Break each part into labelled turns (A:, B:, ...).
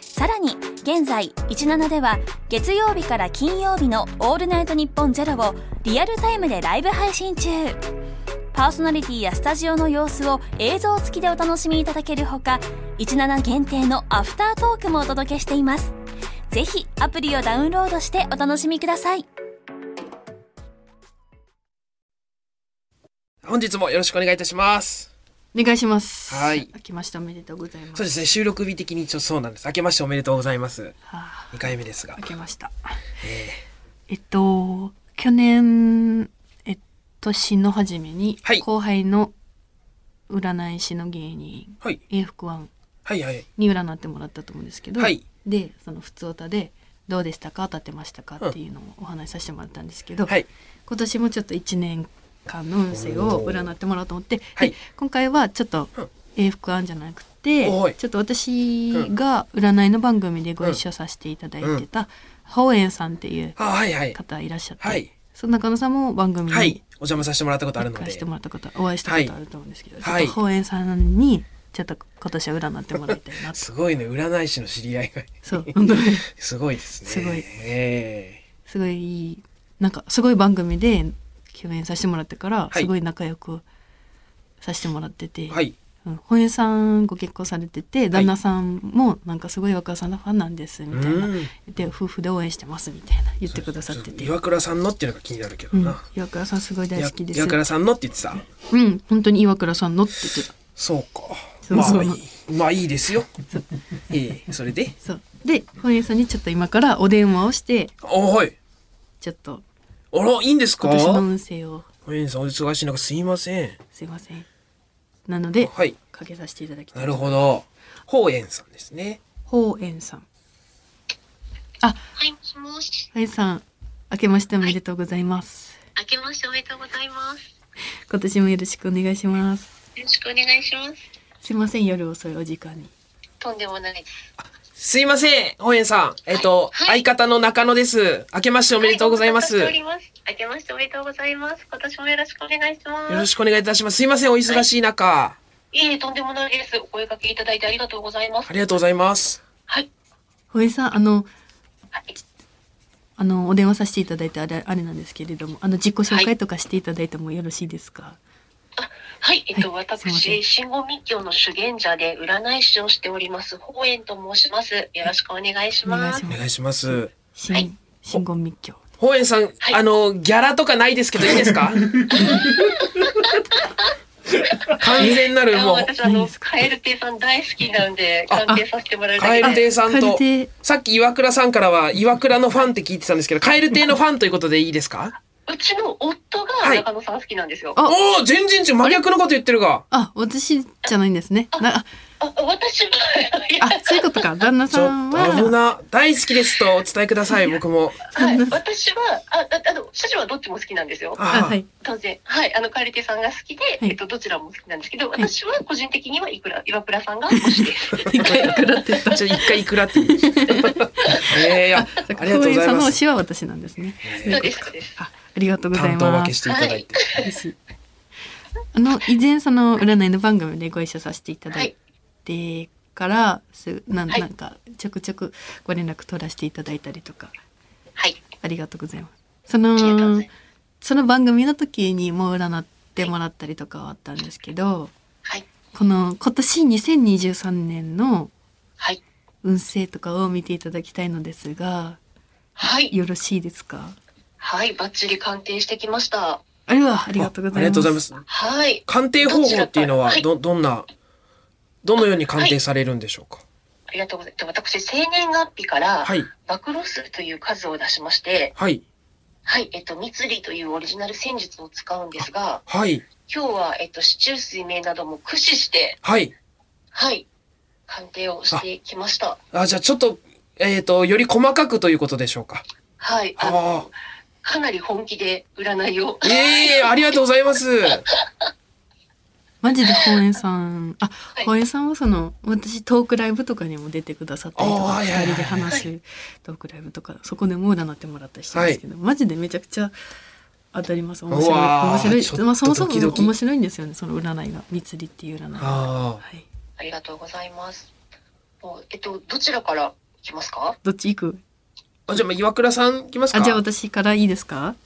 A: さらに現在17では月曜日から金曜日の「オールナイトニッポンゼロをリアルタイムでライブ配信中パーソナリティやスタジオの様子を映像付きでお楽しみいただけるほか17限定のアフタートークもお届けしていますぜひアプリをダウンロードしてお楽しみください
B: 本日もよろしくお願いいたします。
C: お願いします。
B: はい
C: 明けましておめでとうございます。
B: そうですね、収録日的にちょそうなんです。明けましておめでとうございます。
C: はあ、
B: 2回目ですが
C: 明。けました。
B: え
C: えっと、去年、えっと、年の初めに、
B: はい
C: 後輩の占い師の芸人、
B: ーはい。
C: 英福湾
B: はいはい。
C: に占ってもらったと思うんですけど、
B: はい
C: で、その普通歌で、どうでしたか当たってましたかっていうのをお話しさせてもらったんですけど、
B: はい。
C: 今年もちょっと1年間の運勢を占ってもらおうと思って、
B: はい
C: で今回はちょっと
B: うん
C: 英福案じゃなくて、
B: おい
C: ちょっと私が占いの番組でご一緒させていただいてた、ハオエンさんっていう
B: あはいはい。
C: 方いらっしゃって、
B: はい。
C: その中野さんも番組
B: は
C: に
B: い。お邪魔させてもらったことある
C: 参
B: の
C: 加し
B: で
C: て。もらったことお会いしたことあると思うんですけど、
B: はい
C: ちょっとハオエンさんにちょっと今年は占ってもらいたいなと。
B: すごいね、占い師の知り合いが。
C: そう本当に
B: すごいですね。
C: すごい
B: え
C: すごいいいなんかすごい番組で共演させてもらってから、
B: はい
C: すごい仲良くさせてもらってて、
B: えはい。
C: うん本屋さんご結婚されてて旦那さんもなんかすごい若さんのファンなんですみたいな、
B: うん
C: で夫婦で応援してますみたいな言ってくださってて、
B: 岩倉さんのっていうのが気になるけど
C: うん
B: な。、
C: 岩倉さんすごい大
B: や
C: 好きです
B: 岩倉さんのって言ってた。
C: うん本当に岩倉さんのって言ってた
B: そうか。
C: そう
B: ま
C: そう
B: あいい。まあいい ですよ。ええ、それで。
C: そうで本屋さんにちょっと今からお電話をして
B: おはい。
C: ちょっと
B: あら、いいんですか
C: 今年の運勢を
B: おえんさん、お忙しい中すいません。
C: すいませんなので
B: はい。
C: かけさせていただきたい
B: なるほど。ほうえんさんですね。
C: ほうえんさんあ
D: はい、もしもし。
C: はいさん明けましておめでとうございます、
D: 明けましておめでとうございます。
C: 今年もよろしくお願いします
D: よろしくお願いします。
C: すいません夜遅いお時間に
D: とんでもないです。
B: すいません、ほうえんさん。えっと、
D: はい
B: 相方の中野です。明けましてお
D: お
B: めでとうございます。よ
D: 明けましておめでとうございます。今年もよろしくお願いします。
B: ろしくお願いいたします。すいません、お忙しい中。
D: いえいえ、とんでもないです。お声掛けいただいてありがとうございます
B: あ。りがとうございます。
D: はい。
C: ほえさんあの
D: はい。
C: あのお電話させていただいてあれあれなんですけれどもあの自己紹介とかしていただいてもよろしいですか、
D: はい、えっと、
C: はいすいません
D: 私、信号密教の修験者で占い師をしております、法円と申します。よろしくお願いし
C: お願い
D: ま
C: し
D: す。
B: お
C: ます
B: 願いします。
C: 新、
D: はい
C: 新言密教
B: ほうえんさん、
D: はい
B: あの、ギャラとかないですけど、いいですか完全ないる、
D: や
B: もう、
D: 私、あ
C: 何
D: の
C: です、か
D: カエル亭さん大好きなんで、
B: あ
D: 鑑定させてもらえるだ
B: カ
D: け
B: エ
D: で
B: ル亭さん
C: カエル
B: と
C: 亭、
B: さっき岩倉さんからは、岩倉のファンって聞いてたんですけど、カエル亭のファンということでいいですか
D: うちの夫が中野さん好きなんですよ。
C: あ
B: おお全然違う真逆のこと言ってるが
C: あ私じゃないんですねなあ
D: あ、私は、いや
C: あそういうことか旦那
B: ちょ
C: さ
B: っ
C: ん
B: と危
C: は
B: な大好きですとお伝えください僕も
D: はい、私は、あ、だあの、社長はどっちも好きなんですよ。
C: あ
B: あ
C: はい
D: 当然、はい、あの、カエルテさんが好きで、
C: い
D: えっと、どちらも好きなんですけど、私は個人的にはいくら、岩倉さんが推しです。
C: 一回いくらって言った
B: ちょ一回いくらって言う ええあありがとうござい
C: さんの
B: ま
C: 推
B: す
C: しは私なんですね
B: え
D: そうです、そうです。
C: あありがとうござい
B: 担当分
C: ま
B: けし
C: す
B: ていただいて
C: 嬉しいあの以前その占いの番組でご一緒させていただいてから、すな
D: はい
C: なんかちょくちょくご連絡取らせていただいたりとか
D: はい、
C: ありがとうございます。そ
D: ありがとうご
C: の
D: ざいます。
C: その番組の時にもう占ってもらったりとかはあったんですけど、
D: はい、
C: この今年2023年の
D: はい、
C: 運勢とかを見ていただきたいのですが、
D: はい、
C: よろしいですか？
D: はい、バッチリ鑑定してきました。
C: あれはありがと
B: あ
C: うござ
B: り
C: い
B: がとうござい
C: ま。
B: ますす
D: はい。
B: 鑑定方法っていうのは
D: どちら
B: ど
D: か
B: どんなどのように鑑定されるんでしょうか
D: ありがとうございます。私、生年月日から、
B: はい
D: マクロスという数を出しまして、
B: はい
D: はい、えっと、蜜理というオリジナル戦術を使うんですが、
B: はい
D: 今日は、えっと、市中水明なども駆使して、
B: はい
D: はい。鑑定をしてきました。
B: あじゃあちょっとえっ、とより細かくということでしょうか
D: はい。あ
B: あ
D: の、
B: ー
D: かなり本気で占いを。
B: ええありがとうございます。
C: マジで本園さん、あ、
D: はい
C: 本園さんはその私トークライブとかにも出てくださったりと
B: あ
C: か、
B: ーいやいや
C: 二
B: いや
C: 人で話すトークライブとか、そこでもう占ってもらったりしてるんですけど、マジでめちゃくちゃ当たります。面白
B: う
C: い、
B: わー
C: 面白
B: ちょっ
C: い。
B: と
C: まあそもそも
B: ドキドキ
C: 面白いんですよね。その占いが、みつりっていう占いが。は
B: ああ。
C: い。
D: ありがとうございます。もうえっと、どちらからいきますか
C: どっち行く？
B: あじゃあ、まあ岩倉さん行きますか
C: あ、じゃあ私からいいですか？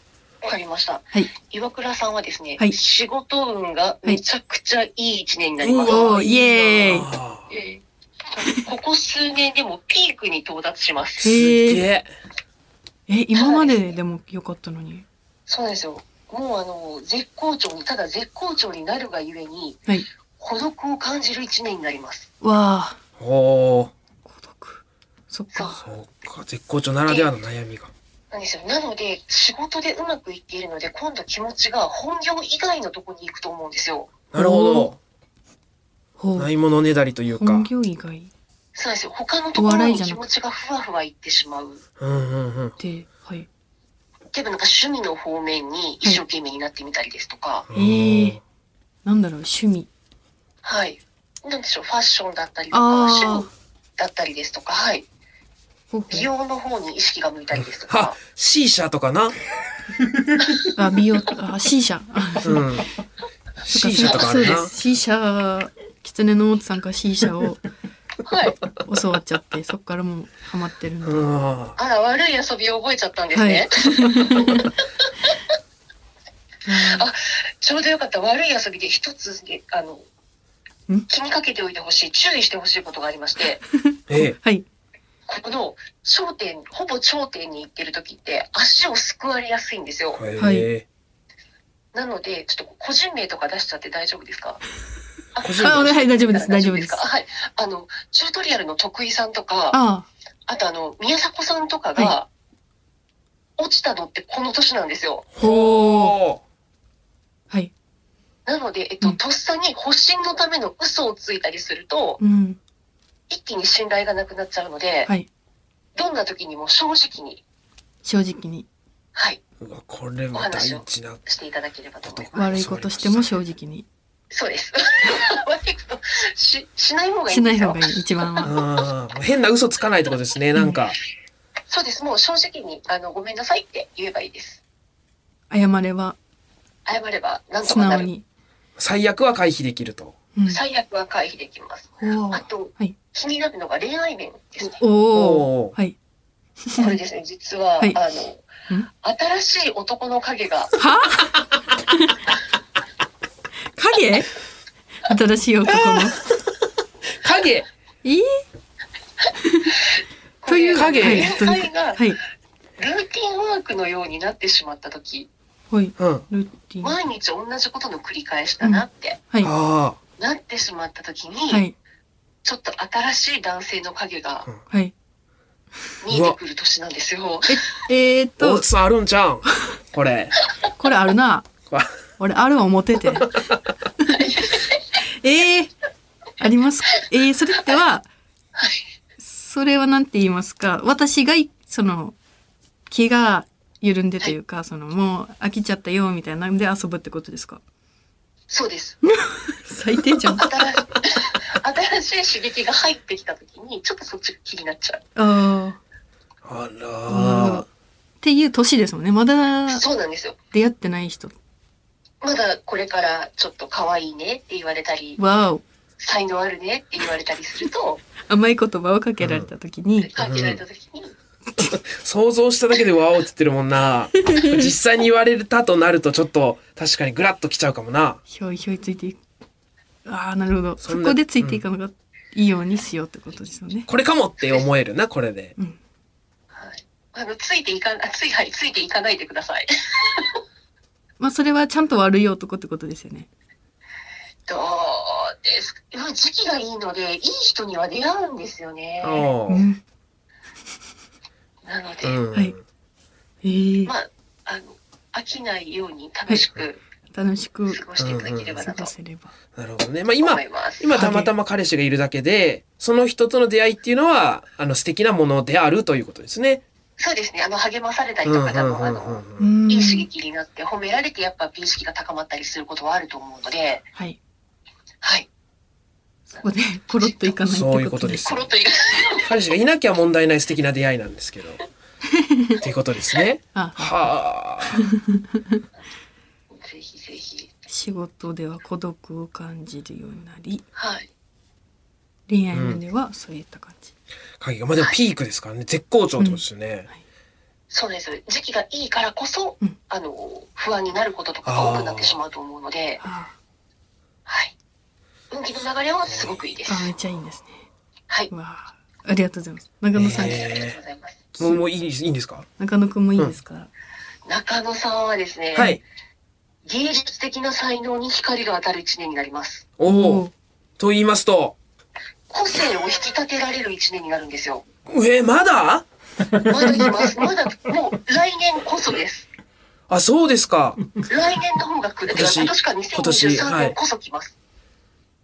D: わかりました。
C: はい。
D: 岩倉さんはですね、
C: はい
D: 仕事運がめちゃくちゃいい一年になります。
C: おーイエーイ。
B: あー
D: えーここ数年でもピークに到達します。
B: すげえ。
C: え、今まででも良かったのに。
D: そうですよ。もうあの、絶好調に、ただ絶好調になるがゆえに、
C: はい。
D: 孤独を感じる一年になります。
C: わあ、
B: おお。
C: 孤独。そっ
D: そう
C: か。
B: そうか、絶好調ならではの悩みが。
D: なんですよ。なので、仕事でうまくいっているので、今度気持ちが本業以外のとこに行くと思うんですよ。
B: なるほ
C: ほ
B: ど。な
C: う。
B: いものねだりというか
C: 本。業以外
D: そうですよ。他のとこ
C: お
D: ろ
C: 笑い
D: に
C: じゃな
D: 気
C: く
D: 持ちがふわふわいってしまう。
B: うんうんうん。
C: で、はい。
D: 例えばなんか趣味の方面に一生懸命になってみたりですとか、
C: ええなんだろう趣味。
D: はい。なんでしょう、ファッションだったりとか、
C: あ
D: 趣
C: あ
D: 味。だったりですとか、はい。
C: ほうほう
D: 美容の方に意識が向いたりですと
B: は
D: か、、
B: C 社とかな。
C: あ、美容、あ、C 社。あ
B: うん。
C: そっ
B: C 社とかある
C: そう
B: な
C: で。す。C 社、狐の大津さんから C 社を
D: はい。
C: 教わっちゃって、そっからもうハマってるんで。
B: うん。
D: あら、悪い遊びを覚えちゃったんです
C: はい
D: ね。。ちょうどよかった。悪い遊びで一つで、あの
C: ん、
D: 気にかけておいてほしい、注意してほしいことがありまして、
B: ええ。
C: はい。
D: この頂点、ほぼ頂点に行ってる時って足をすくわれやすいんですよ。
C: はい
B: え
D: なので、ちょっと個人名とか出しちゃって大丈夫で すかあ
B: 個人名
C: あ、はい、大丈夫です。大丈夫
D: で
C: ですす
D: か。はい。あの、チュートリアルの徳井さんとか、あ
C: あ
D: とあの、宮迫さんとかが、
C: は
D: 落ちたのってこの年なんですよ。
B: え。ほ
C: はい。
D: なので、えっと、
C: うん
D: とっさに保身のための嘘をついたりすると、
C: うん。
D: 一気に信頼がなくなっちゃうので、
C: はい。
D: どんな時にも正直に、
C: 正直に。
D: はい、
B: う。うわ、これも大事な。
D: していただければと思います。
C: 悪いことしても正直に。
D: そうです。 悪いことし、しない方がいい
C: し
D: ん
C: な
D: で
C: い
D: す
C: 方
D: よ
C: が。いい、一番は。
B: うん。変な嘘つかないってことですね、なんか。
D: そうです。もう正直に、あの、ごめんなさいって言えばいいです。
C: 謝れば、
D: 謝れば、なんと
C: 素
D: かな
C: 直
D: る。
C: に。
B: 最悪は回避できると。
C: うん。
D: 最悪は回避できます。
C: お
D: あ
C: ー
D: と、
C: はい
D: 気になるのが恋愛面ですね。
C: おー。
B: おー。
C: はい。
D: これですね、実は、
C: はい
D: あの、新しい男の影が、
C: は影新しい男の。
B: 影
C: えー
D: こ
C: と
D: れ
C: いう
B: 影
D: 恋
C: はい
D: 愛が
C: はい。
D: ルーティンワークのようになってしまった時、
C: はい。
B: うん。あ
C: ルーティン。は
D: 毎日同じことの繰り返しだなって、
C: い。
B: あ
C: は
D: なってしまった時に、
C: い。
D: ちょっと新しい男性の影が
C: はい。
D: 見えてくる年なんですよ。
C: えー、
B: ー。
C: っ
B: 大
C: と
B: 津、さんあるんじゃん。こ れ。
C: これあるな。
B: わ
C: 俺ある思ってて。えー、あります。えー、それっては、それはなんて言いますか。私がい、その、気が緩んでというか、その、もう飽きちゃったよ、みたいなんで遊ぶってことですか。
D: そ うです。
C: 最低じゃん。あ
D: 新し新しい刺激が入ってきた時に、ちょっとそっちが気になっちゃ
C: あ。
B: あ
C: うんっ
B: ら
C: ていう年ですもんね。まだ
D: う。そうなんですよ。
C: 出会ってない人。
D: まだこれからちょっと可愛いねって言われたり、
C: わお。
D: 才能あるねって言われたりすると、
C: 甘い言葉をかけられた時に、
D: かけられた時に、
B: ー。想像しただけでわおって言ってるもんな。実際に言われたとなるとちょっと確かにグラッときちゃうかもな。
C: ひょいひょいついていく。ああ、なるほど。
B: そ
C: そ
B: んな
C: こでついていかなかった、いいようにしようってことですよね。
B: これかもって思えるな、これで。
C: うん。
D: はい。あの、ついていか、あつい、はい、ついていかないでください。
C: まあ、それはちゃんと悪い男ってことですよね。
D: どうですかうん時期がいいので、いい人には出会うんですよね。
B: お
C: う
B: ー。
C: ん。
D: なので、
B: うん。
C: はいえー
D: まあ、あの、飽きないように楽しく
C: 楽しく
D: 過ごしていただければ
C: 過
D: なと
C: ごせれば。
B: なるほどね。まあ今
D: 思、います。
B: 今たまたま彼氏がいるだけで、その人との出会いっていうのは、あの素敵なものであるということですね。
D: そうですね、あの、励まされた
B: う
D: り
B: んう
D: と
B: ん
D: か、多分、
B: う
D: あ
B: んう
D: の、
B: ん
C: う
B: うん
C: ん
D: いい刺激になって、褒められて、やっぱ美意識が高まったりすることはあると思うので、
C: はい。
D: はい。
C: そこで、コロッといかないってこと
B: そういうことです
D: コロッといる。
B: 彼氏がいなきゃ問題ない素敵な出会いなんですけどっていうことです ね
C: あ、
B: はあ
D: ぜひぜひ。
C: 仕事では孤独を感じるようになり、
D: はい。
C: 恋愛面ではそういった感じ。
B: 鍵がまあでもピークですからね絶好調ってことですよね、
D: そうなんですよ。時期がいいからこそ、
C: うん
D: あの、不安になることとかが多くなってしまうと思うので、
C: あ
D: はい。運気の流れはすごくいいです。
C: あ、あめっちゃいいんですね。
D: はい。
C: わあ、ありがとうございます。中野さん、
B: えー
D: ありがとうございます。
B: もうもういいいいんですか
C: 中野くんもいいですか、
D: 中野さんはですね、
B: はい
D: 芸術的な才能に光が当たる一年になります。
B: おおと言いますと
D: 個性を引き立てられる一年になるんですよ。
B: えー、まだ
D: まだい ます。まだ、もう来年こそです。
B: あそうですか
D: 来年の方が来る。
B: 今年
D: 今年か
B: 今年
D: 2023
B: はい
D: 年こそ来ます。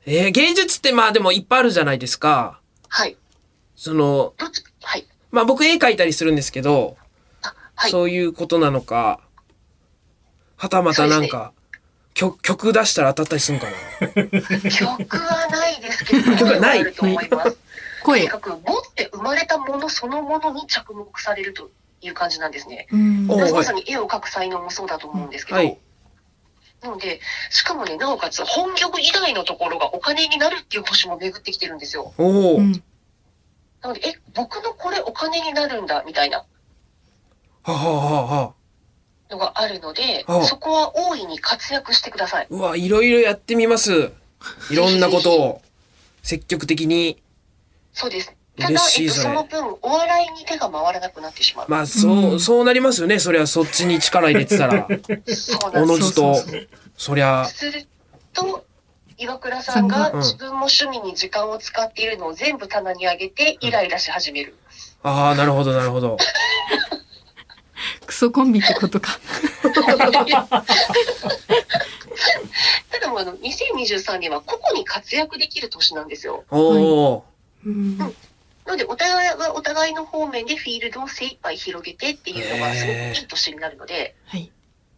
B: えー、芸術ってまあでもいっぱいあるじゃないですか
D: はい。
B: その
D: どっち、はい。
B: まあ僕絵描いたりするんですけど、
D: あ、はい。
B: そういうことなのかはたまたなんか、曲曲出したら当たったりするんかな
D: 曲はないですけど、
B: 曲はない
D: 声あると思います。とに
C: 声
D: か。く、持って生まれたものそのものに着目されるという感じなんですね。
C: うん。
B: おう
D: まさに絵を描く才能もそうだと思うんですけど、
B: はい
D: なので、しかもね、なおかつ本業以外のところがお金になるっていう星も巡ってきてるんですよ。
B: おお、
C: うん。
D: なので、え、僕のこれお金になるんだ、みたいな
B: はあはあはあはあ
D: のがあるので
B: ああ、
D: そこは大いに活躍してください。
B: うわいろいろやってみますいろんなことを積極的に
D: そうです。ただ
B: 嬉、しい
D: えっと、
B: そ
D: そ
B: れ
D: の分、お笑いに手が回らなくなってしまう。
B: まあそう、
C: うん
B: そうなりますよねそりゃそっちに力入れてたら
D: そうな
B: お
D: ん
B: の
D: です。
B: ずと
C: そうそうそ
B: そりゃ
D: すると、岩倉さんが
B: うん
D: 自分も趣味に時間を使っているのを全部棚に上げてイライラし始める。
B: ああなるほどなるほど
C: クソコンビってことか。
D: ただもうあの、2023年は個々に活躍できる年なんですよ。
B: おお、
C: うん。
D: なので、お互いはお互いの方面でフィールドを精一杯広げてっていうのがすごくいい年になるので、
C: はい。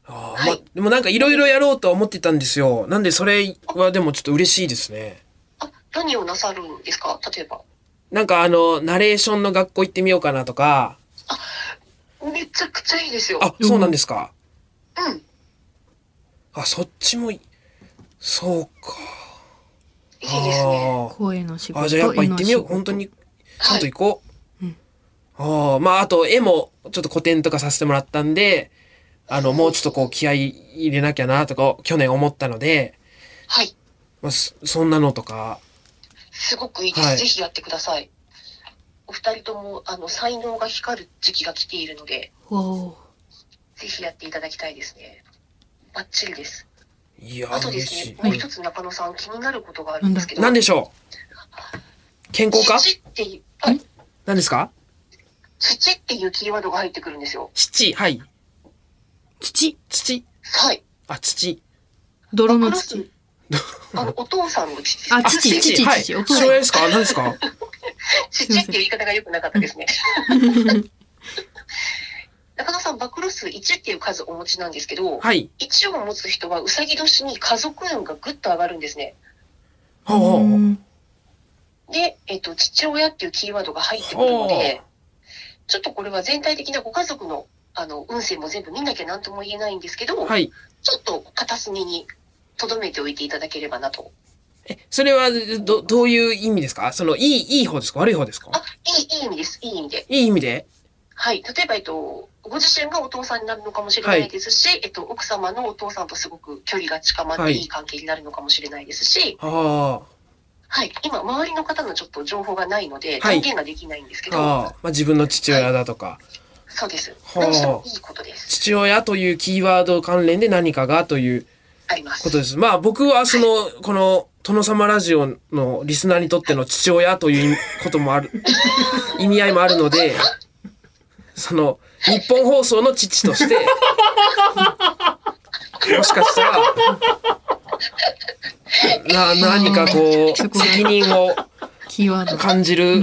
B: あ
D: は
B: ーま
D: い
B: でもなんかいろいろやろうとは思ってたんですよなんでそれはでもちょっと嬉しいですね
D: あ、何をなさるんですか例えば。
B: なんかあのナレーションの学校行ってみようかなとか
D: めちゃくちゃいいですよ。
B: あそうなんですか、
D: うん。
B: あそっちもいそうか
D: いいですね。
B: あー
C: 声の仕事。
B: あじゃあやっぱ行ってみよう
C: 絵の仕事
B: 本当に。ちゃ
D: は
B: んと
D: い。
B: 行こう。
C: はい
B: ああまああと絵もちょっと個展とかさせてもらったんであのもうちょっとこう気合い入れなきゃなとか去年思ったので、
D: はい。
B: まあ、そそんなのとか
D: すごくいいです。
B: はい
D: ぜひやってください。お二人とも、あの、才能が光る時期が来ているので、
C: おう
D: ぜひやっていただきたいですね。バッチリです。
B: いや
D: あとで
B: 嬉
D: す
B: し
D: ね
B: い、。
D: もう一つ中野さん気になることがあるんですけど、
B: 何でしょう健康か
D: 土っていう、あ
B: 何ですか
D: 土っていうキーワードが入ってくるんですよ。
B: 土はい
C: 土。
B: 土
D: はい。
B: あ土
C: 泥の土。
D: あの、お父さんの父。
C: あ土
D: 父
C: 父
B: はい
C: 父
B: 父
C: お父さん
B: 親です か何ですか
D: 父っていう言い方が良くなかったです ね。中野さん、暴露数1っていう数お持ちなんですけど、
B: はい
D: 一1を持つ人はうさぎ年に家族運がぐっと上がるんですね。
B: ほうほう
C: う
B: ほうん
D: で、えっと、父親っていうキーワードが入ってくるので、ちょっとこれは全体的なご家族のあの運勢も全部見なきゃ何とも言えないんですけど、
B: はい
D: ちょっと片隅に留めておいていただければなと。
B: えそれはどどういう意味ですかそのいいいい方ですか悪い方ですか
D: あ、いい、いい意味です。いい意味で。
B: いい意味で
D: はい。例えば、えっと、ご自身がお父さんになるのかもしれないですし、えっと、奥様のお父さんとすごく距離が近まっ
B: は
D: て
B: い
D: いい関係になるのかもしれないですし、
B: あ
D: はい。今、周りの方のちょっと情報がないので、
B: はい
D: 断言ができないんですけ
B: ああ
D: ど、
B: あ、まあ、自分の父親だとか、
D: そうです。
B: ほう
D: 何してもいいことです。
B: 父親というキーワード関連で何かがという
D: ありま
B: こ
D: す。
B: とです。まあ僕はその、この殿様ラジオのリスナーにとっての父親という意味こともある、意味合いもあるので、その日本放送の父として、もしかしたら、な、何かこう、責任を
C: キーワード。
B: 感じる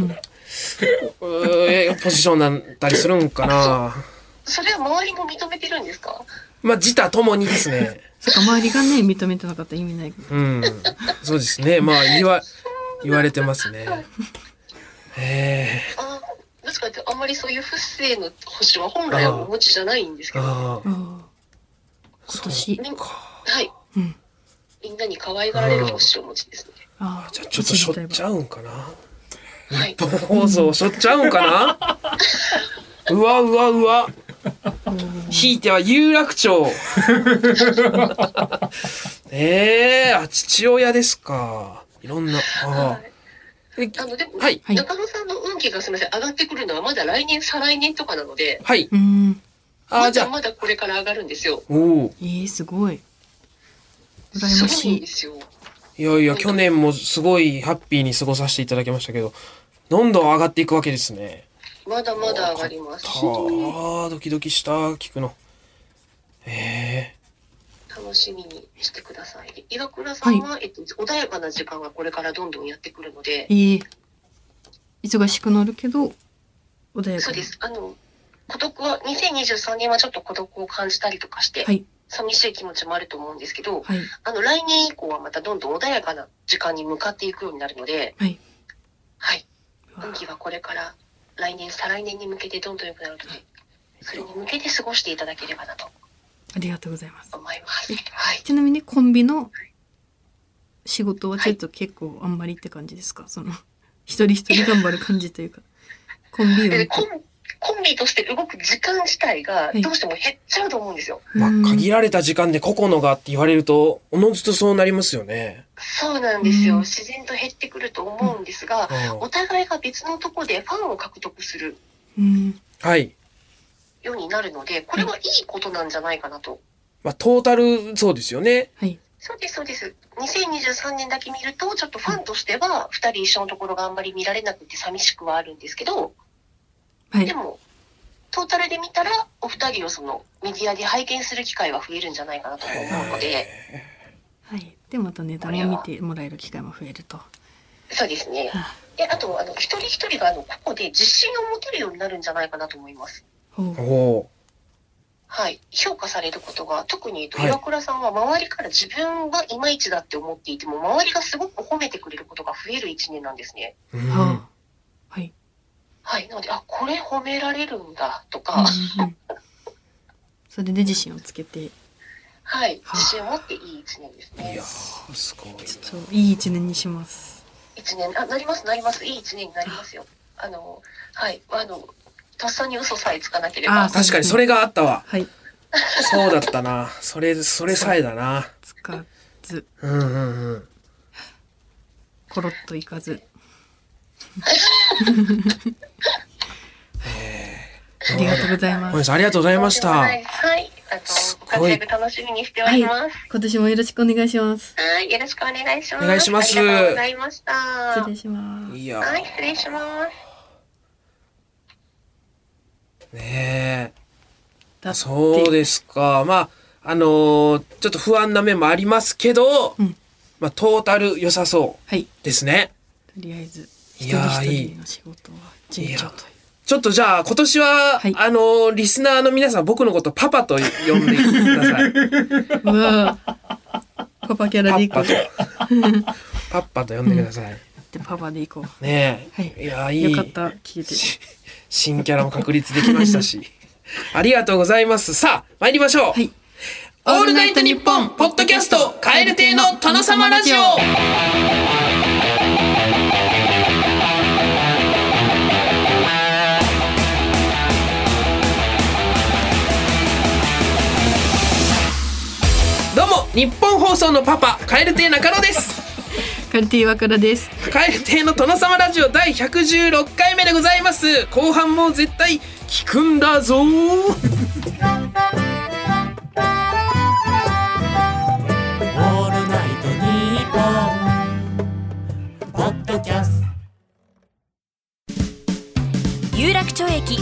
B: えーポジションなんだりするんかな。
D: それは周りも認めてるんですか
B: まあ、自他ともにですね。
C: そっか、周りがね、認めてなかったら意味ない。
B: うん。そうですね。まあ、言わ、言われてますね。ええ
D: あー確かにあんまりそういう不正の星は本来はお持ちじゃないんですけど、は
B: ああ。
C: ああ今年。
D: そう
B: か。
D: い、
C: うん。
D: みんなに可愛がられる星をお持ちです
C: ああ、
B: じゃあ、ちょっとしょっちゃうんかな。
D: ね。はい。
B: 本放送をしょっちゃうんかな。うわうわうわ。ひいては有楽町。ええあ、父親ですか。いろんな。ああ。え
D: あのでも、
B: はい
C: はい
D: 中野さんの運気がすみません上がってくるのはまだ来年再来年とかなので、
B: はい。
C: うん。
B: あ
D: ま
B: あ、じゃ
D: だ
B: あ。
D: まだこれから上がるんですよ。
B: おお。
C: えー、すごい。羨ます
D: ご
C: し
D: いんで
C: い。
D: すよ。
B: いやいや、去年もすごいハッピーに過ごさせていただきましたけど、どんどん上がっていくわけですね。
D: まだまだ上がります。
B: はあ、ドキドキした、聞くの。え
D: 楽しみにしてください。岩倉さんは、えっと、穏やかな時間がこれからどんどんやってくるので
C: え、ー、忙しくなるけど、穏やか
D: そう
C: に
D: で。す。あの、孤独は、2023年はちょっと孤独を感じたりとかして、
C: はい
D: 寂しい気持ちもあると思うんですけど、
C: はい。
D: あの、来年以降はまたどんどん穏やかな時間に向かっていくようになるので、
C: はい。
D: はい。
C: うわ
D: 運気はこれから来年、再来年に向けてどんどん良くなるので、それに向けて過ごしていただければなと
C: ありがとうございます。
D: 思います。はい。
C: ちなみにコンビの仕事はちょっと結構あんまりって感じですか、その、一人一人頑張る感じと いうか、コンビを見て
D: でコンコンビとして動く時間自体が
C: い
D: どうしても減っちゃうと思うんですよ。
B: えまあ、限られた時間で個々のがって言われると、おのずとそうなりますよね。
D: そうなんです
C: うん
D: よ。自然と減ってくると思うんですが、お
B: は
D: 互いが別のとこでファンを獲得する
C: うん。
B: あはい。
D: ようになるので、これはいいことなんじゃないかなと。
B: まあ、トータル、そうですよね。
C: はい。
D: そうです、そうです。2023年だけ見ると、ちょっとファンとしては、二人一緒のところがあんまり見られなくて寂しくはあるんですけど、
C: は
D: で
C: い。
D: も、トータルで見たら、お二人をその、メディアで拝見する機会は増えるんじゃないかなと思うので、
C: はい。で、またネタも見てもらえる機会も増えると。
D: そうですね。で、あと、あの、一人一人が、あの、個々で自信を持てるようになるんじゃないかなと思います。
C: ほ
B: お
C: う。
B: お
D: はい、評価されることが特に、えっと
B: はい
D: 岩倉さんは周りから自分がいまいちだって思っていても周りがすごく褒めてくれることが増える一年なんですね。
B: ー。う
C: は
B: ん
C: あ。はい。
D: はい、なのであこれ褒められるんだとか、
C: うんうんうんそれで自信をつけて、
D: はい、
C: はあ
D: 自信を持っていい一年です
B: い
D: ね
B: や。ー、すごいな。
C: ちょっといい一年にします。
D: 一年あなりますなりますいい一年になりますよ。あのはいあのとっさに嘘さえつかなければ
C: あ
B: 確かにそれがあったわ。
C: はい。
B: そうだったな。それ、それさえだな。
C: 使ず、
B: うんうんうん。
C: コロッといかず。ありがとうございま
B: 本
C: す。
B: 日ありがとうございまし
D: は
B: た。
D: い、はい、あ
B: す
D: とご
B: ごい
D: 活躍楽しみにしております。
C: 今年もよろしくお願いします。
D: はい、よろしくお願いします。
B: お願いします
D: ありがとうございました。
C: 失礼します。
B: いや
D: はい、失礼します。
B: ーね
C: だ
B: え。
C: って
B: そうですか。まあ、あのーちょっと不安な面もありますけど、
C: うん
B: まあ、トータル良さそ
C: はい。と
B: うですね。
C: りあえず、一
B: い
C: 人
B: やー
C: 一人の仕事は順調という。
B: ちょっとじゃあ、今年は、
C: はい
B: あのーリスナーの皆さん、僕のことパパと呼んでくだ さい。
C: うわーパパキャラ
B: パ
C: で
B: ッ
C: 行こ
B: パ
C: う
B: と。パッパと呼んでください。
C: でパパで行こう。
B: ねえ。
C: はい
B: いやー、いい。
C: よかった、聞いて。
B: 新キャラも確立できました し。ありがとうございます。さあ、参りましょう。
C: はい
B: オールナイトニッポンポッドキャスト、カエル亭の殿様ラジオ。どうも、日本放送のパパ、カエル亭中野です。
C: カルティワカラです。
B: カエル亭の殿様ラジオ第116回目でございます。後半も絶対聞くんだぞー。
E: オールナイトニッポン」ポッドキャスト
A: 有楽町駅日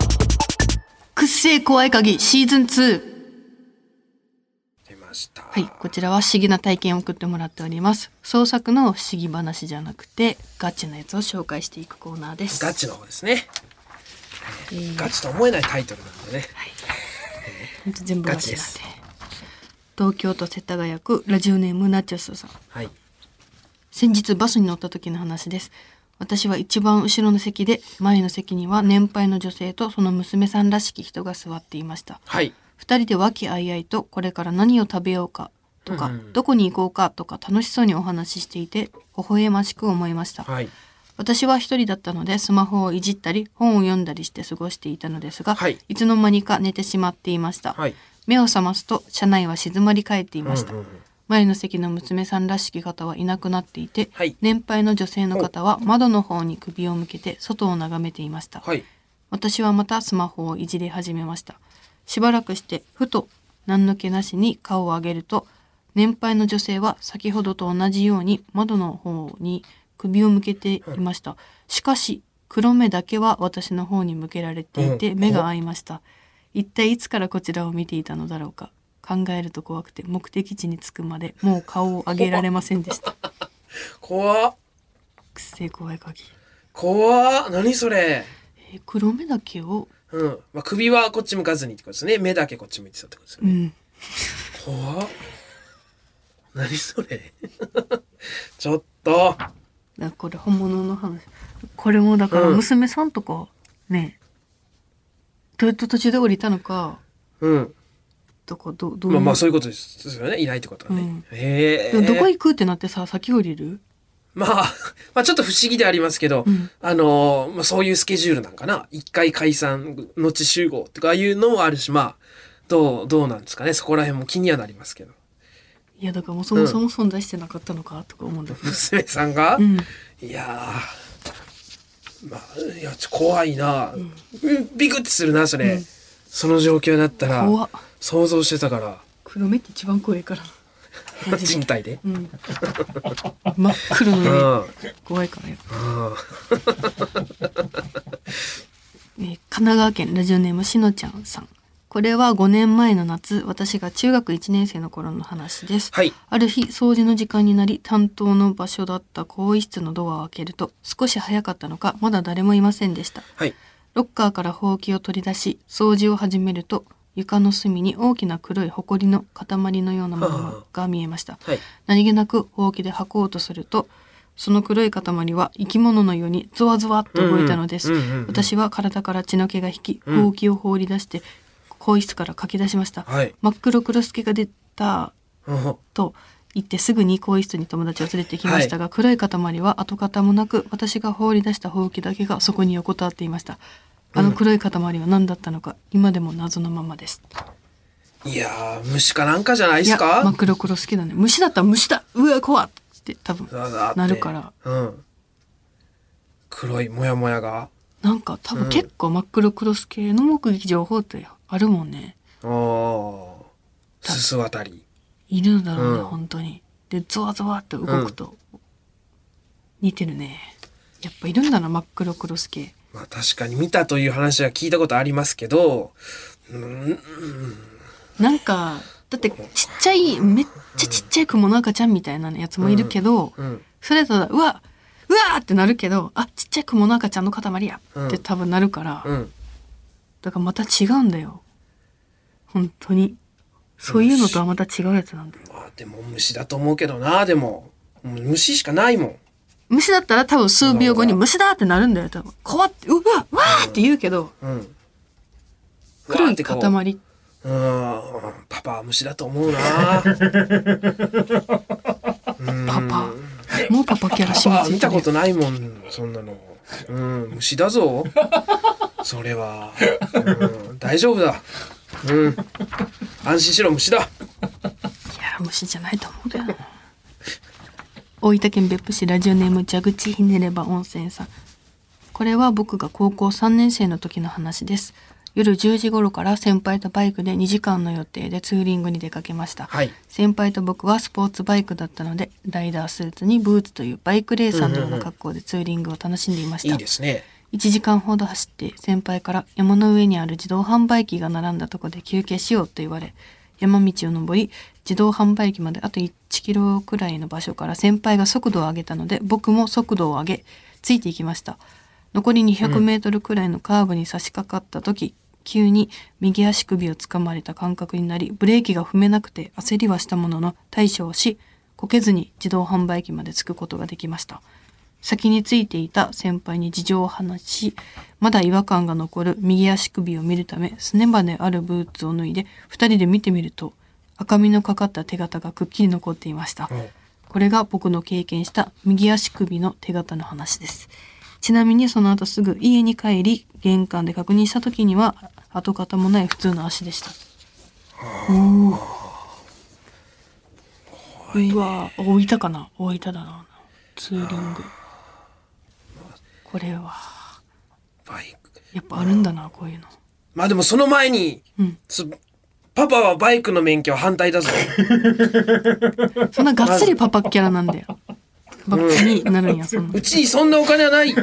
C: くっせー怖い鍵シーズン2。
B: 出ました。
C: はい、こちらは不思議な体験を送ってもらっております。創作の不思議話じゃなくて、ガチなやつを紹介していくコーナーです。
B: ガチの方ですね。ガチと思えないタイトルなんでね。
C: 本当全部ガ
B: ガ
C: チ
B: チ
C: な
B: で
C: んです東京都世田谷区ラジオネームナチョスさん
B: はい。
C: 先日バスに乗った時の話です私は一番後ろの席で前の席には年配の女性とその娘さんらしき人が座っていました
B: はい。
C: 二人で和気あいあいとこれから何を食べようかとか、
B: うん
C: どこに行こうかとか楽しそうにお話ししていて微笑ましく思いました、
B: はい。
C: 私は一人だったのでスマホをいじったり本を読んだりして過ごしていたのですが、
B: はい
C: つの間にか寝てしまっていました、
B: はい。
C: 目を覚ますと車内は静まり返っていました、
B: うんうんうん
C: 前の席の娘さんらしき方はいなくなっていて、
B: はい
C: 年配の女性の方は窓の方に首を向けて外を眺めていました、
B: はい。
C: 私はまたスマホをいじり始めましたしばらくしてふと何の気なしに顔を上げると年配の女性は先ほどと同じように窓の方に首を向けていました、しかし黒目だけは私の方に向けられていて
B: うん
C: 目が合いました一体いつからこちらを見ていたのだろうか考えると怖くて目的地に着くまでもう顔を上げられませんで した
B: 怖っ。
C: くっせえ怖い鍵、
B: 怖っ。何それ。
C: えー黒目だけを
B: うん。まあ、首はこっち向かずにってことですね。目だけこっち向いてたってことですよ
C: う
B: ね。
C: ん
B: 怖っ。何それ。 ちょっと。
C: だからこれ本物の話これもだから
B: うん
C: 娘さんとかね、どうやって途中で降りたのか
B: うん。
C: とかどどうい
B: ま
C: う、
B: あまあそういうことですですよね。いないってことはね。
C: うん
B: へえ。
C: どこ行くってなってさ先降りる、
B: まあ、まあちょっと不思議でありますけど、
C: うん
B: あのーまあ、そういうスケジュールなんかな。一回解散、後集合とかああいうのもあるし、まあ、どう、どうなんですかね。そこら辺も気にはなりますけど。
C: いやだからもうそもそも存在してなかったのかとか思うんだけど、
B: 娘さんが、
C: うん
B: いやー、まあ、いや、ちょ怖いな、うんビクッてするな、それ。その状況だったら、
C: 怖っ
B: 想像してたから、
C: 黒目って一番怖いからマジ
B: 人
C: で、
B: 体で。
C: うん、 真っ黒の
B: う
C: 目
B: ん。うん。
C: 怖いからよ、えー神奈川県ラジオネームしのちゃんさんこれは5年前の夏私が中学1年生の頃の話です、
B: はい。
C: ある日掃除の時間になり担当の場所だった更衣室のドアを開けると少し早かったのかまだ誰もいませんでした
B: はい。
C: ロッカーからほうきを取り出し掃除を始めると床の隅に大きな黒いほこりの塊のようなも
B: は
C: の
B: あ
C: が見えました
B: はい。
C: 何気なくほうきで履こうとするとその黒い塊は生き物のようにゾワゾワっと動いたのです、
B: うんうんうんうん
C: 私は体から血の気が引き
B: うん
C: ほうきを放り出して更衣室から駆け出しました、
B: はい。
C: 真っ黒黒助が出た
B: うん
C: と言ってすぐに更衣室に友達を連れてきましたが、黒い塊は跡形もなく私が放り出したほうきだけがそこに横たわっていましたあの黒い塊は何だったのか今でも謎のままです
B: いやー、虫かなんかじゃない
C: い
B: ですか
C: 真っ黒黒好きだね虫だったら虫だうわ怖っって多分
B: だだって
C: なるから。
B: うん。黒いモヤモヤが。
C: なんか多分結構真っ黒黒ス系の目撃情報ってあるもんね
B: ああ。すす渡り。
C: いるんだろうね、
B: うん
C: 本当にでゾワゾワって動くと、似てるねやっぱいるんだな真っ黒黒ス系
B: まあ確かに見たという話は聞いたことありますけど、うん、
C: なんかだってちっちゃいめっちゃちっちゃい雲の赤ちゃんみたいなやつもいるけど、
B: うん、
C: それだとうわうわーってなるけどあちっちゃい雲の赤ちゃんの塊や
B: うん
C: って多分なるから、
B: うん。
C: だからまた違うんだよ本当にそういうのとはまた違うやつなんだよ
B: まあでも虫だと思うけどな、でも。もう虫しかないもん。
C: 虫だったら多分数秒後に虫だってなるんだよ多分怖ってうわわーって言うけど
B: うん。
C: 黒
B: わーっ
C: い
B: てこう。
C: 塊
B: うん。パパは虫だと思 うな。パ
C: パパもうパパキャラし
B: パ
C: ま
B: は
C: す
B: 見たことないもん、そんなの。うん、虫だぞ。 それは。うん、大丈夫だ。うん。安心しろ、虫だ。
C: いや虫じゃないと思うけどな大分県別府市ラジオネーム蛇口ひねれば温泉さんこれは僕が高校3年生の時の話です。夜10時頃から先輩とバイクで2時間の予定でツーリングに出かけました。
B: はい。
C: 先輩と僕はスポーツバイクだったので、ライダースーツにブーツというバイクレーサーのような格好でツーリングを楽しんでいました。
B: いいですね。
C: 1時間ほど走って先輩から山の上にある自動販売機が並んだとこで休憩しようと言われ山道を登り自動販売機まであと1キロくらいの場所から先輩が速度を上げたので僕も速度を上げついていきました残り200メートルくらいのカーブに差し掛かった時、急に右足首をつかまれた感覚になりブレーキが踏めなくて焦りはしたものの対処をしこけずに自動販売機まで着くことができました先についていた先輩に事情を話しまだ違和感が残る右足首を見るためすねばねあるブーツを脱いで2人で見てみると赤みのかかった手形がくっきり残っていました
B: うん
C: これが僕の経験した右足首の手形の話ですちなみにその後すぐ家に帰り玄関で確認した時には跡形もない普通の足でしたおーうわ大分かな大分だろうなツーリングこれは
B: バイク。
C: やっぱあるんだなこういうの
B: まあでもその前に、
C: うん
B: つパパはバイクの免許は反対だぞ。
C: そんながっつりパパキャラなんだよパパになるんやそんな
B: うちにそんなお金はない。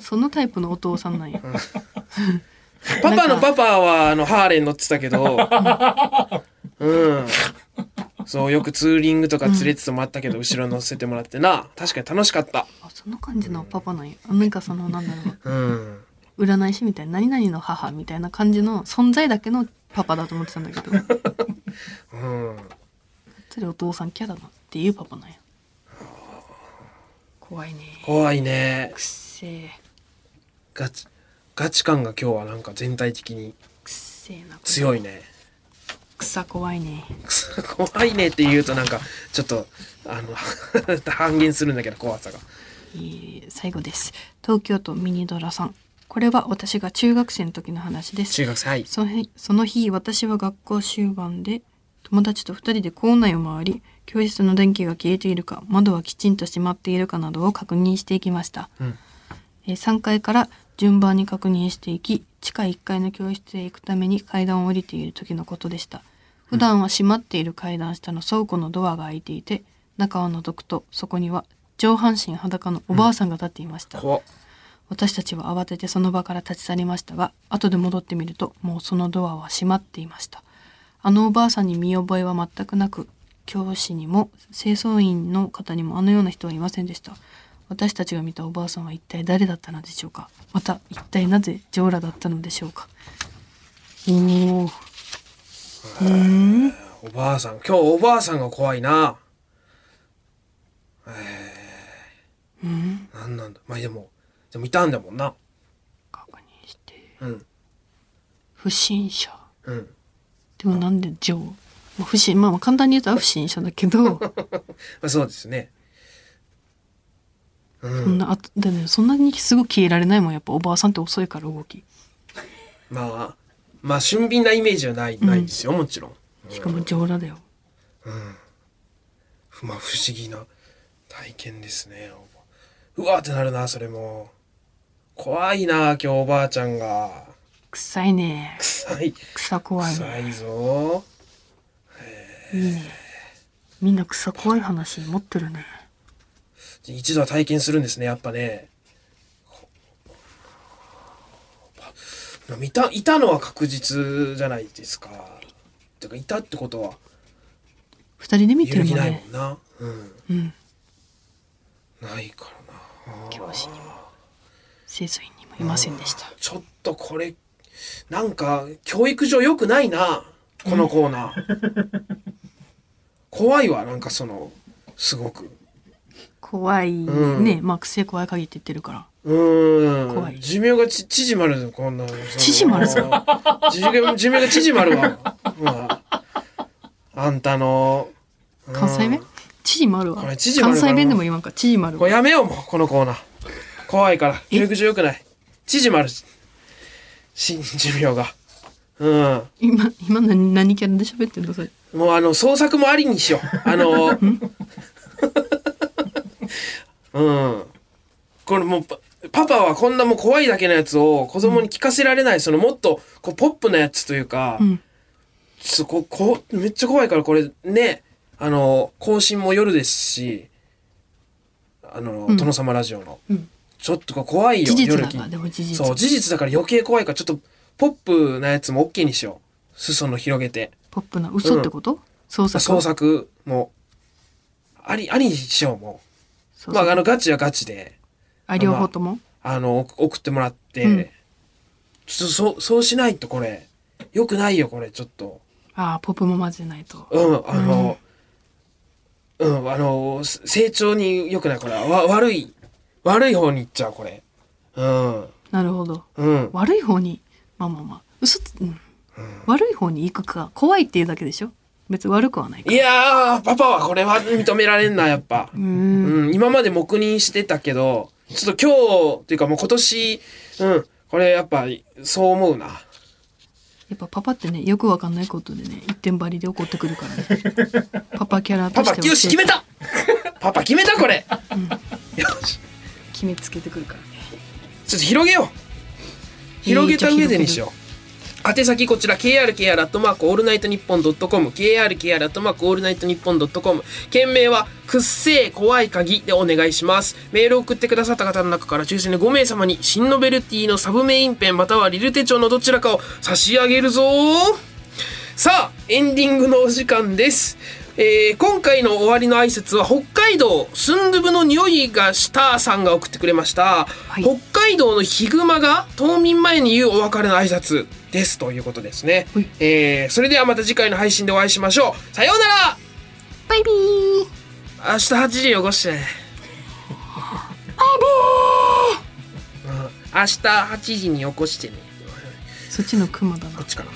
C: そのタイプのお父さんなんや
B: パパのパパはあのハーレー乗ってたけど、うん。そう、よくツーリングとか連れててもらったけど、後ろ乗せてもらってな。確かに楽しかった。
C: あその感じのパパなんやなんかそのなんだろ
B: うん。
C: う占い師みたいな何々の母みたいな感じの存在だけのパパだと思ってたんだけど がっ
B: うん。
C: つりお父さんキャラだっていうパパなんや怖いね
B: 怖いね
C: く。っせえ
B: ガチ、ガチ感が今日はなんか全体的に
C: くっせえな
B: 強いね。
C: くさ怖いね
B: 怖いねって言うとなんか、ちょっと、あの、 半減するんだけど、怖さが。
C: えー最後です東京都ミニドラさんこれは私が中学生の時の話です
B: 中学生、はい。
C: その日その日私は学校終盤で友達と2人で校内を回り教室の電気が消えているか窓はきちんと閉まっているかなどを確認していきました、
B: うん
C: えー3階から順番に確認していき地下1階の教室へ行くために階段を降りている時のことでした普段は閉まっている階段下の倉庫のドアが開いていて中を覗くとそこには上半身裸のおばあさんが立っていました、
B: 怖っ
C: 私たちは慌ててその場から立ち去りましたが後で戻ってみるともうそのドアは閉まっていましたあのおばあさんに見覚えは全くなく教師にも清掃員の方にもあのような人はいませんでした私たちが見たおばあさんは一体誰だったのでしょうかまた一体なぜジョーラだったのでしょうかおお
B: おばあさん。今日おばあさんが怖いな。ええなんなんだ。まあでも、でもいたんだもんな。
C: 確認して
B: うん。
C: 不審者
B: うん。
C: でもなんでジョーまあ不審まあまあ簡単に言うと不審者だけど
B: まあそうですね。
C: そんなあとでねそんなにすぐ消えられないもんやっぱおばあさんって遅いから動き
B: まあ、まあ、俊敏なイメージはない、ないですよ、もちろん。
C: しかも上裸だよ
B: まあ、不思議な体験ですね。うわーってなるな、それも。怖いな、今日おばあちゃんが。
C: 臭いね
B: 臭い。
C: 草怖いね
B: 臭いぞ。
C: いいねみんな草怖い話持ってるね
B: 一度は体験するんですね、やっぱね。いた、いたのは確実じゃないですか。てか、いたってことは、
C: 二人で見て
B: 揺る
C: る
B: ぎ
C: もん
B: ないも
C: ね
B: んな。うん。
C: うん
B: ないからな。
C: 教師にも清掃員にもいませんでした
B: ちょっとこれ、なんか、教育上良くないな、このコーナー。 怖いわ、なんかその、すごく。
C: 怖い
B: うん
C: ねまあ癖怖い限りって言ってるから
B: うーん。
C: 怖い
B: 寿命がち縮まるぞ、こんなの。
C: 縮まるぞ
B: その。 寿命寿命が縮まるわ。ほらあんたの。うん
C: 関西弁縮まるわ
B: これ縮まる
C: 関
B: わ
C: 西弁でも言わんから縮まる
B: こ
C: わ
B: れやめよう、もう、このコーナー。怖いから。教育上良くない。縮まる。し寿命が。うん。
C: 今今何何キャラで喋ってんのそれ
B: もうあの創作もありにしよう。あの うん。これもうパパパはこんなもう怖いだけのやつを子供に聞かせられない、そのもっとこうポップなやつというか、
C: うん
B: そここめっちゃ怖いからこれねあの更新も夜ですしあの、
C: うん
B: 殿様ラジオの、
C: うん
B: ちょっとこれ怖いよ
C: 事実だ
B: 夜
C: から
B: 聞い
C: でも事実
B: そう事実だから余計怖いからちょっとポップなやつも OK にしよう裾の広げて
C: ポップな嘘ってこと、創作
B: 創作もありありにしようも
C: 創
B: う、ま
C: 作
B: あ、あのガチはガチで
C: あ両方とも、
B: あのお送ってもらって、
C: うん
B: ちょっとそうそうしないとこれよくないよこれちょっと。
C: ああポップも混ぜないと、
B: うん、あの、うん、あの、す成長に良くない、これは。わ、悪い、悪い方に行っちゃう、これ。うん、
C: なるほど
B: うん。
C: 悪い方にまあまあまあ嘘つ、うん悪い方に行くか怖いっていうだけでしょ別に悪くはないか
B: いやー、パパはこれは認められんな、やっぱ。
C: うーん
B: うん、今まで黙認してたけど、ちょっと今日、というかもう今年、うん、これやっぱ、そう思うな。
C: やっぱパパってねよくわかんないことでね一点張りで怒ってくるから ねパパキャラ
B: パ
C: と
B: パ、
C: しては
B: よし、決めたパパ、決めた、これよし、
C: 決めつけてくるからね
B: ちょっと広げよう。広げた上でにしよう。宛先こちら KRKR アットマークオールナイトニッポンドットコム KRKR アットマークオールナイトニッポンドットコム件名は「くっせー怖い鍵」でお願いしますメールを送ってくださった方の中から抽選で5名様に新ノベルティのサブメインペンまたはリル手帳のどちらかを差し上げるぞーさあエンディングのお時間です、えー今回の終わりの挨拶は北海道スンドゥブの匂いがしたさんが送ってくれました、
C: い
B: 北海道のヒグマが冬眠前に言うお別れの挨拶ですということですね
C: はい、
B: えーそれではまた次回の配信でお会いしましょうさようなら
C: バイビー
B: 明日8時に起こしてあぼー明日8時に起こしてね
C: そっちのクマだな
B: こっちかな